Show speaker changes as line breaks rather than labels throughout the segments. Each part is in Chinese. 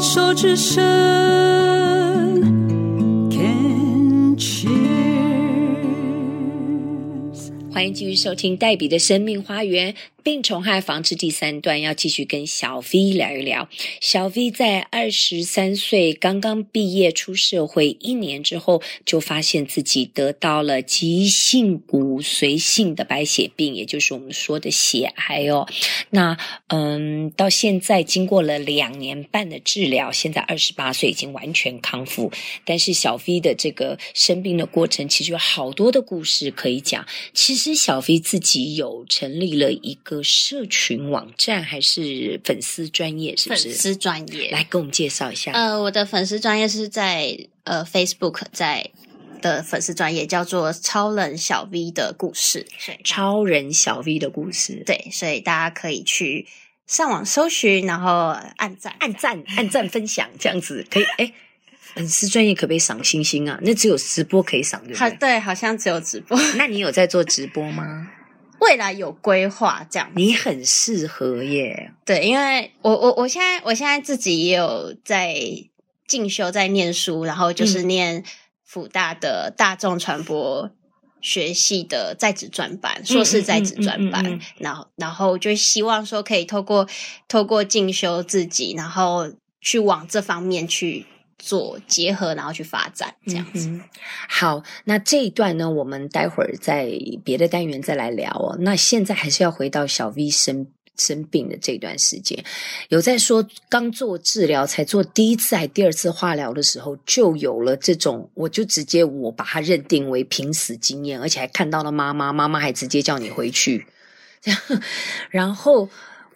手之声，Can cheers。
欢迎继续收听黛比的生命花园病虫害防治第三段，要继续跟小 V 聊一聊。小 V 在二十三岁刚刚毕业出社会一年之后，就发现自己得到了急性骨髓性的白血病，也就是我们说的血癌哦。那嗯，到现在经过了两年半的治疗，现在二十八岁已经完全康复。但是小 V 的这个生病的过程，其实有好多的故事可以讲。其实小 V 自己有成立了一个社群网站，还是粉丝专业，是不
粉
是？
丝专业。
来给我们介绍一下。
呃，我的粉丝专业是在呃 Facebook 在的粉丝专业叫做超人小 V 的故事，所以大
超人小 V 的故事，
对，所以大家可以去上网搜寻，然后按赞
按赞、按赞、分享这样子可以。哎，粉丝专业可不可以赏星星啊？那只有直播可以赏，对不
好，
对？
对，好像只有直播，
那你有在做直播吗？
未来有规划这样。
你很适合耶，
对，因为我我我现在我现在自己也有在进修，在念书，然后
嗯
就是念辅大的大众传播学系的在职专班，硕士在职专班，
嗯嗯嗯嗯嗯
然后然后就希望说可以透过透过进修自己，然后去往这方面去做结合，然后去发展这样子。
嗯哼好，那这一段呢，我们待会儿在别的单元再来聊哦。那现在还是要回到小 V 生生病的这段时间，有在说刚做治疗，才做第一次还第二次化疗的时候，就有了这种，我就直接我把它认定为濒死经验，而且还看到了妈妈，妈妈还直接叫你回去，这样，然后。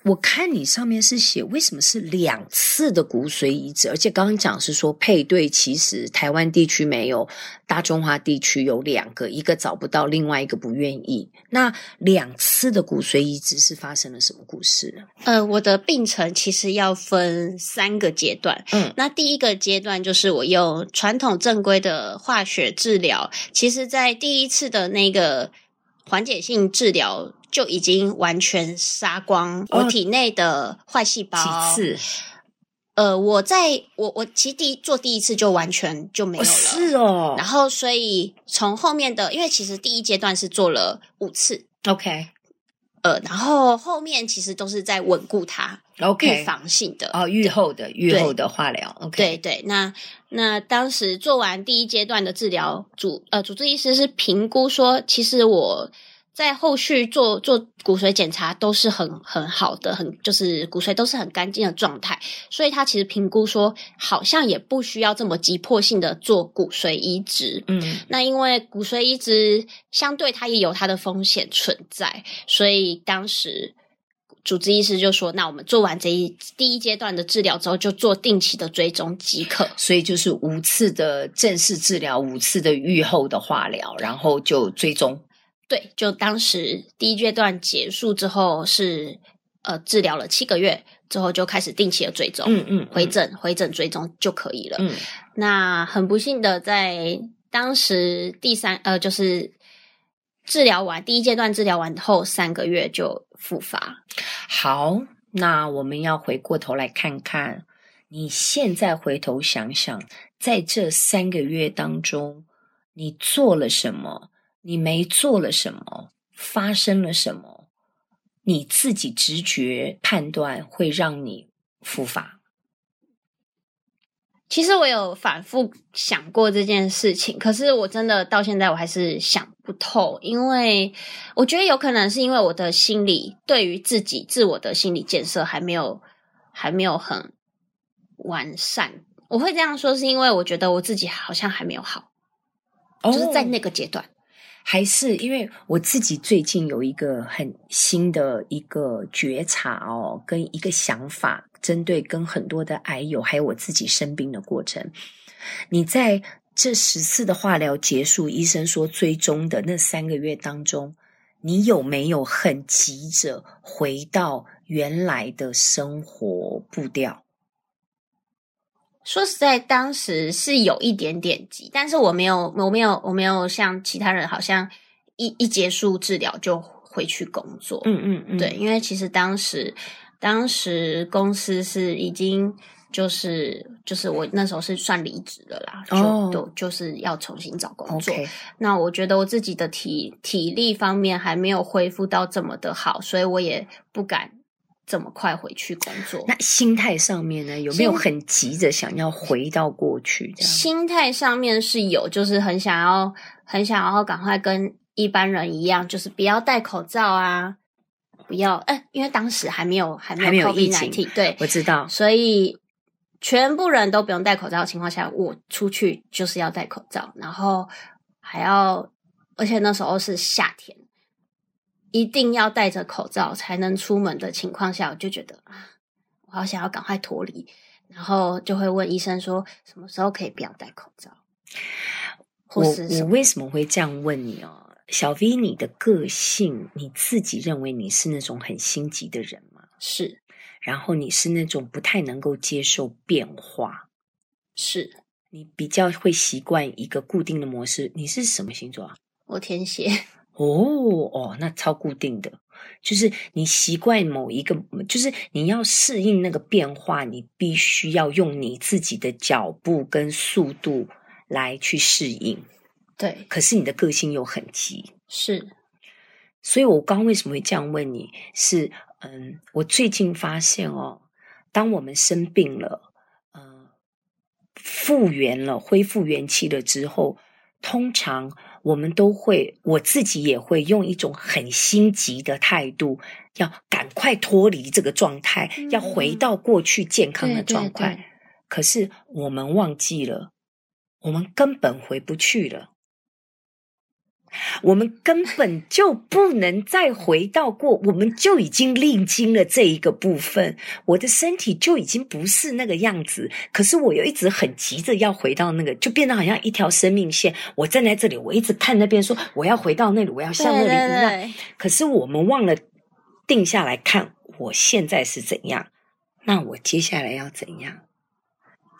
我看你上面是写为什么是两次的骨髓移植，而且刚刚讲是说配对，其实台湾地区没有，大中华地区有两个，一个找不到，另外一个不愿意。那两次的骨髓移植是发生了什么故事呢？
呃，我的病程其实要分三个阶段，
嗯
那第一个阶段就是我用传统正规的化学治疗，其实在第一次的那个缓解性治疗就已经完全杀光
哦
我体内的坏细胞。
几次？
呃，我在我我其实第一做第一次就完全就没有
哦
了。
是哦
然后，所以从后面的，因为其实第一阶段是做了五次，
，OK
呃，然后后面其实都是在稳固它、预
OK，
防性的
哦，愈后的愈后的化疗，OK，
对，对，那那当时做完第一阶段的治疗，主呃主治医师是评估说，其实我在后续做做骨髓检查都是很很好的，很就是骨髓都是很干净的状态，所以他其实评估说，好像也不需要这么急迫性的做骨髓移植。
嗯
那因为骨髓移植相对它也有它的风险存在，所以当时主治医师就说：“那我们做完这一第一阶段的治疗之后，就做定期的追踪即可。
所以就是五次的正式治疗，五次的愈后的化疗，然后就追踪。”
对，就当时第一阶段结束之后是呃治疗了七个月之后，就开始定期的追踪、
嗯嗯，
回诊、回诊追踪就可以了。
嗯
那很不幸的，在当时第三呃，就是治疗完第一阶段治疗完后三个月就复发。
好，那我们要回过头来看看，你现在回头想想，在这三个月当中，你做了什么？你没做了什么？发生了什么？你自己直觉判断会让你复发。
其实我有反复想过这件事情，可是我真的到现在我还是想不透，因为我觉得有可能是因为我的心理对于自己自我的心理建设还没有还没有很完善。我会这样说，是因为我觉得我自己好像还没有好，就是
哦
在那个阶段。
还是因为我自己最近有一个很新的一个觉察哦，跟一个想法，针对跟很多的癌友，还有我自己生病的过程。你在这十次的化疗结束，医生说追踪的那三个月当中，你有没有很急着回到原来的生活步调？
说实在，当时是有一点点急，但是我没有，我没有，我没有像其他人好像一一结束治疗就回去工作。
嗯嗯嗯
对，，因为其实当时当时公司是已经就是就是我那时候是算离职了啦，就、
哦
就就是要重新找工作。
，OK，
那我觉得我自己的体体力方面还没有恢复到这么的好，所以我也不敢这么快回去工作。
那心态上面呢，有没有
心
很急着想要回到过去这样？
心态上面是有，就是很想要，很想要赶快跟一般人一样，就是不要戴口罩啊，不要，哎、因为当时还没有还
还没
没
有
COVID
疫情
对，
我知道，
所以全部人都不用戴口罩的情况下，我出去就是要戴口罩，然后还要，而且那时候是夏天，一定要戴着口罩才能出门的情况下，我就觉得啊，我好想要赶快脱离，然后就会问医生说什么时候可以不要戴口罩，或
我
是
我
什么？
为什么会这样问你哦？小 V，你的个性，你自己认为你是那种很心急的人吗？
是
然后你是那种不太能够接受变化，
是，
你比较会习惯一个固定的模式。你是什么星座啊？
我天蝎，
哦哦，那超固定的，就是你习惯某一个，就是你要适应那个变化，你必须要用你自己的脚步跟速度来去适应。
对，
可是你的个性又很急，
是
所以我刚为什么会这样问你？是，嗯，我最近发现哦，当我们生病了，呃，复原了、恢复元气了之后，通常我们都会，我自己也会用一种很心急的态度，要赶快脱离这个状态，
嗯
要回到过去健康的
对对
状态。
对
可是我们忘记了，我们根本回不去了，我们根本就不能再回到过，我们就已经历经了这一个部分，我的身体就已经不是那个样子。可是我又一直很急着要回到那个，就变得好像一条生命线，我站在这里，我一直看那边说我要回到那里，我要向那里
对
那。
对对，
可是我们忘了定下来看我现在是怎样，那我接下来要怎样，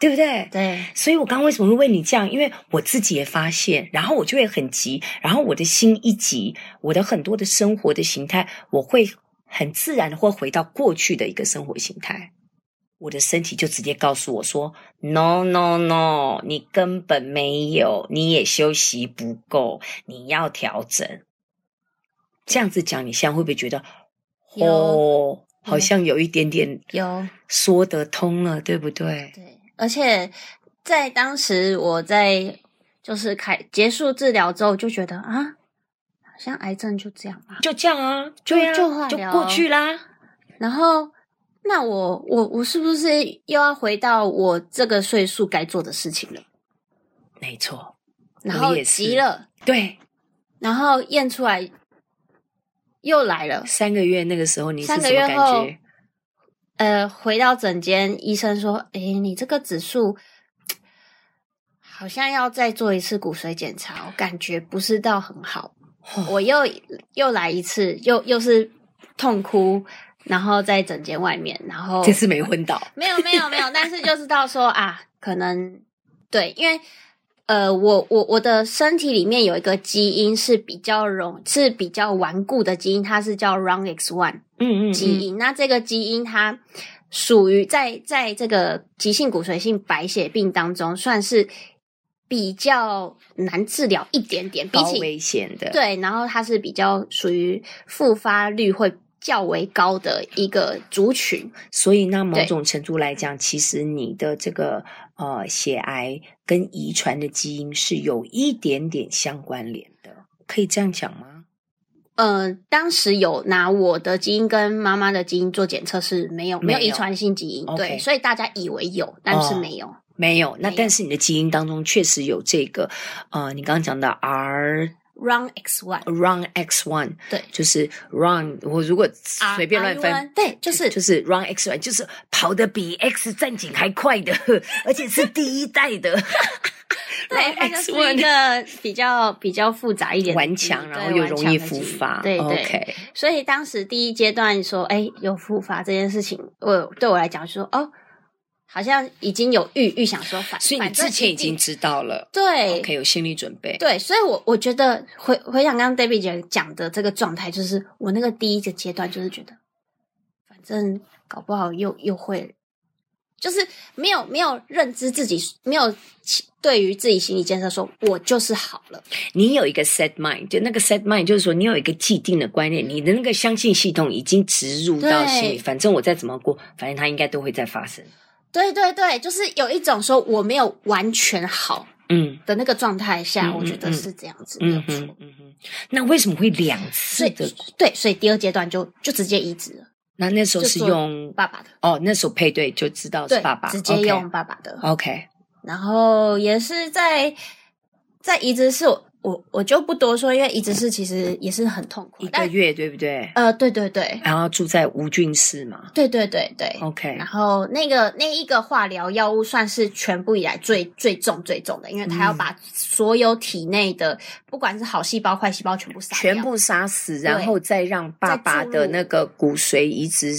对不对？
对
所以我刚刚为什么会问你这样？因为我自己也发现，然后我就会很急，然后我的心一急，我的很多的生活的形态，我会很自然的会回到过去的一个生活形态。我的身体就直接告诉我说：“No No No，你根本没有，你也休息不够，你要调整。”这样子讲，你现在会不会觉得
有
哦，好像有一点点
有。
说得通了，对不对？
对，而且在当时我在就是开结束治疗之后，就觉得啊，好像癌症就这样吧。
就这样啊，
就
对啊
就化
就
疗
过去啦。
然后，那我我我是不是又要回到我这个岁数该做的事情了？
没错，
然后
我也是
急了，
对，
然后验出来又来了。
三个月那个时候你是什
三
么
个月
感
后
觉？，
呃，回到诊间，医生说：“诶，你这个指数好像要再做一次骨髓检查，我感觉不是到很好。”我又又来一次，又又是痛哭，然后在诊间外面，然后
这次没昏倒，
没有没有没有，但是就知道说啊，可能对，因为呃，我我我的身体里面有一个基因是比较容是比较顽固的基因，它是叫 RUNX one
嗯嗯，
基因。那这个基因它属于在在这个急性骨髓性白血病当中，算是比较难治疗一点点，比
高
起
危险的，，
对，然后它是比较属于复发率会较为高的一个族群。
所以那某
对
种程度来讲，其实你的这个呃血癌跟遗传的基因是有一点点相关联的，可以这样讲吗？
呃，当时有拿我的基因跟妈妈的基因做检测，是没有没有
没有
遗传性基因，
OK 哦
对，所以大家以为有，但是没有。
没有，那
没有
但是你的基因当中确实有这个，呃，你刚刚讲的 R
Run X one
Run X One，
对
就是 Run，我如果随便乱翻，
对，就是
就是 Run X Y，就是跑得比 X 战警还快的，而且是第一代的
对，它
Run
就
X
是一
One
个比较比较复杂一点的基因，
顽强，然后
对
又
顽
容
强
易
的
复
基因
发。
对对
OK，
所以当时第一阶段说，哎，有复发这件事情，我对我来讲说，哦，好像已经有预预想说反，
所以你
反正
之前已
一定
经知道了
对
，OK，有心理准备。
对，所以我，我觉得回回想刚刚 Debbie 姐讲的这个状态，就是我那个第一个阶段，就是觉得，反正搞不好又又会，就是没有没有认知自己，没有对于自己心理建设说，我就是好了。
你有一个 set mind，就那个 set mind 就是说你有一个既定的观念，你的那个相信系统已经植入到心里，
对
反正我再怎么过，反正它应该都会再发生。
对对对，就是有一种说我没有完全好
嗯
的那个状态下，
嗯
我觉
嗯
得
嗯
是这样子，没有
嗯
错。
哼嗯哼，那为什么会两次
所以
的？
对，所以第二阶段就就直接移植了
那那时候是
就做
用
爸爸的，
哦，那时候配对就知哦道是
对，
爸爸，
直接用。爸爸的。
OK，
然后也是在在移植室，我我我就不多说，因为移植室其实也是很痛苦
一
的。
个
但
月对不对？
呃，对对对
然后住在无菌室嘛。
对对对对。
OK，
然后那个那一个化疗药物算是全部以来最最重最重的，因为它要
嗯
把所有体内的、不管是好细胞坏细胞全部杀掉，
全部杀死，
对
然后再让爸爸的那个骨髓移植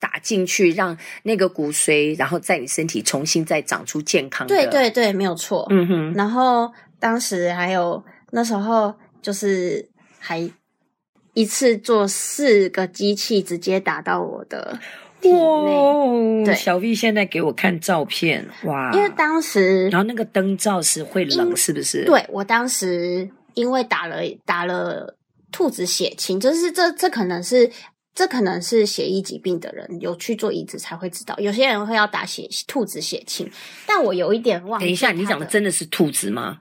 打进去，让那个骨髓然后在你身体重新再长出健康的。
对，对对，没有错。
嗯哼，
然后当时还有那时候就是还一次做四个机器，直接打到我的体内，
哇哦
对
小 V 现在给我看照片，哇！
因为当时
然后那个灯罩是会冷，
因
是不是？，
对我当时因为打了打了兔子血清，就是这这可能是。这可能是血液疾病的人有去做移植才会知道，有些人会要打血兔子血清，但我有一点忘记。
等一下，你讲的真的是兔子吗？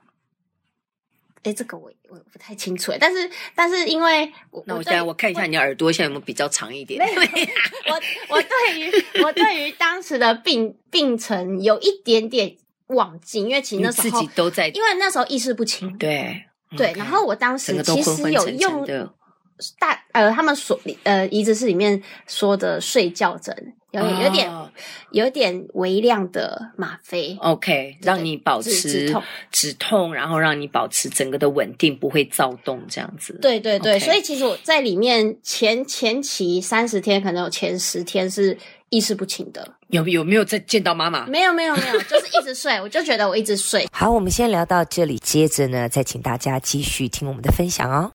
哎，这个我我不太清楚诶，但是但是因为我
那我现
对
在我看一下你耳朵现在有没有比较长一点？
我我对于我对于当时的病病程有一点点忘记，因为其实
你
那
自
时
己
候
都在
因为那时候意识不清。
对
对，
OK
然后我当
整
时
个都
其
昏
实
昏
有
沉沉
用
的，
大呃，他们所呃移植室里面说的睡觉枕，有有点、
哦
有点微量的吗啡，
OK，
对
让你保
止
持
止痛
止痛然后让你保持整个的稳定，不会躁动这样子。，
对对对
OK
所以其实我在里面前前期三十天，可能有前十天是意识不清的，
有有没有再见到妈妈？
没有没有没有，就是一直睡，我就觉得我一直睡，
好，我们先聊到这里，接着呢，再请大家继续听我们的分享哦。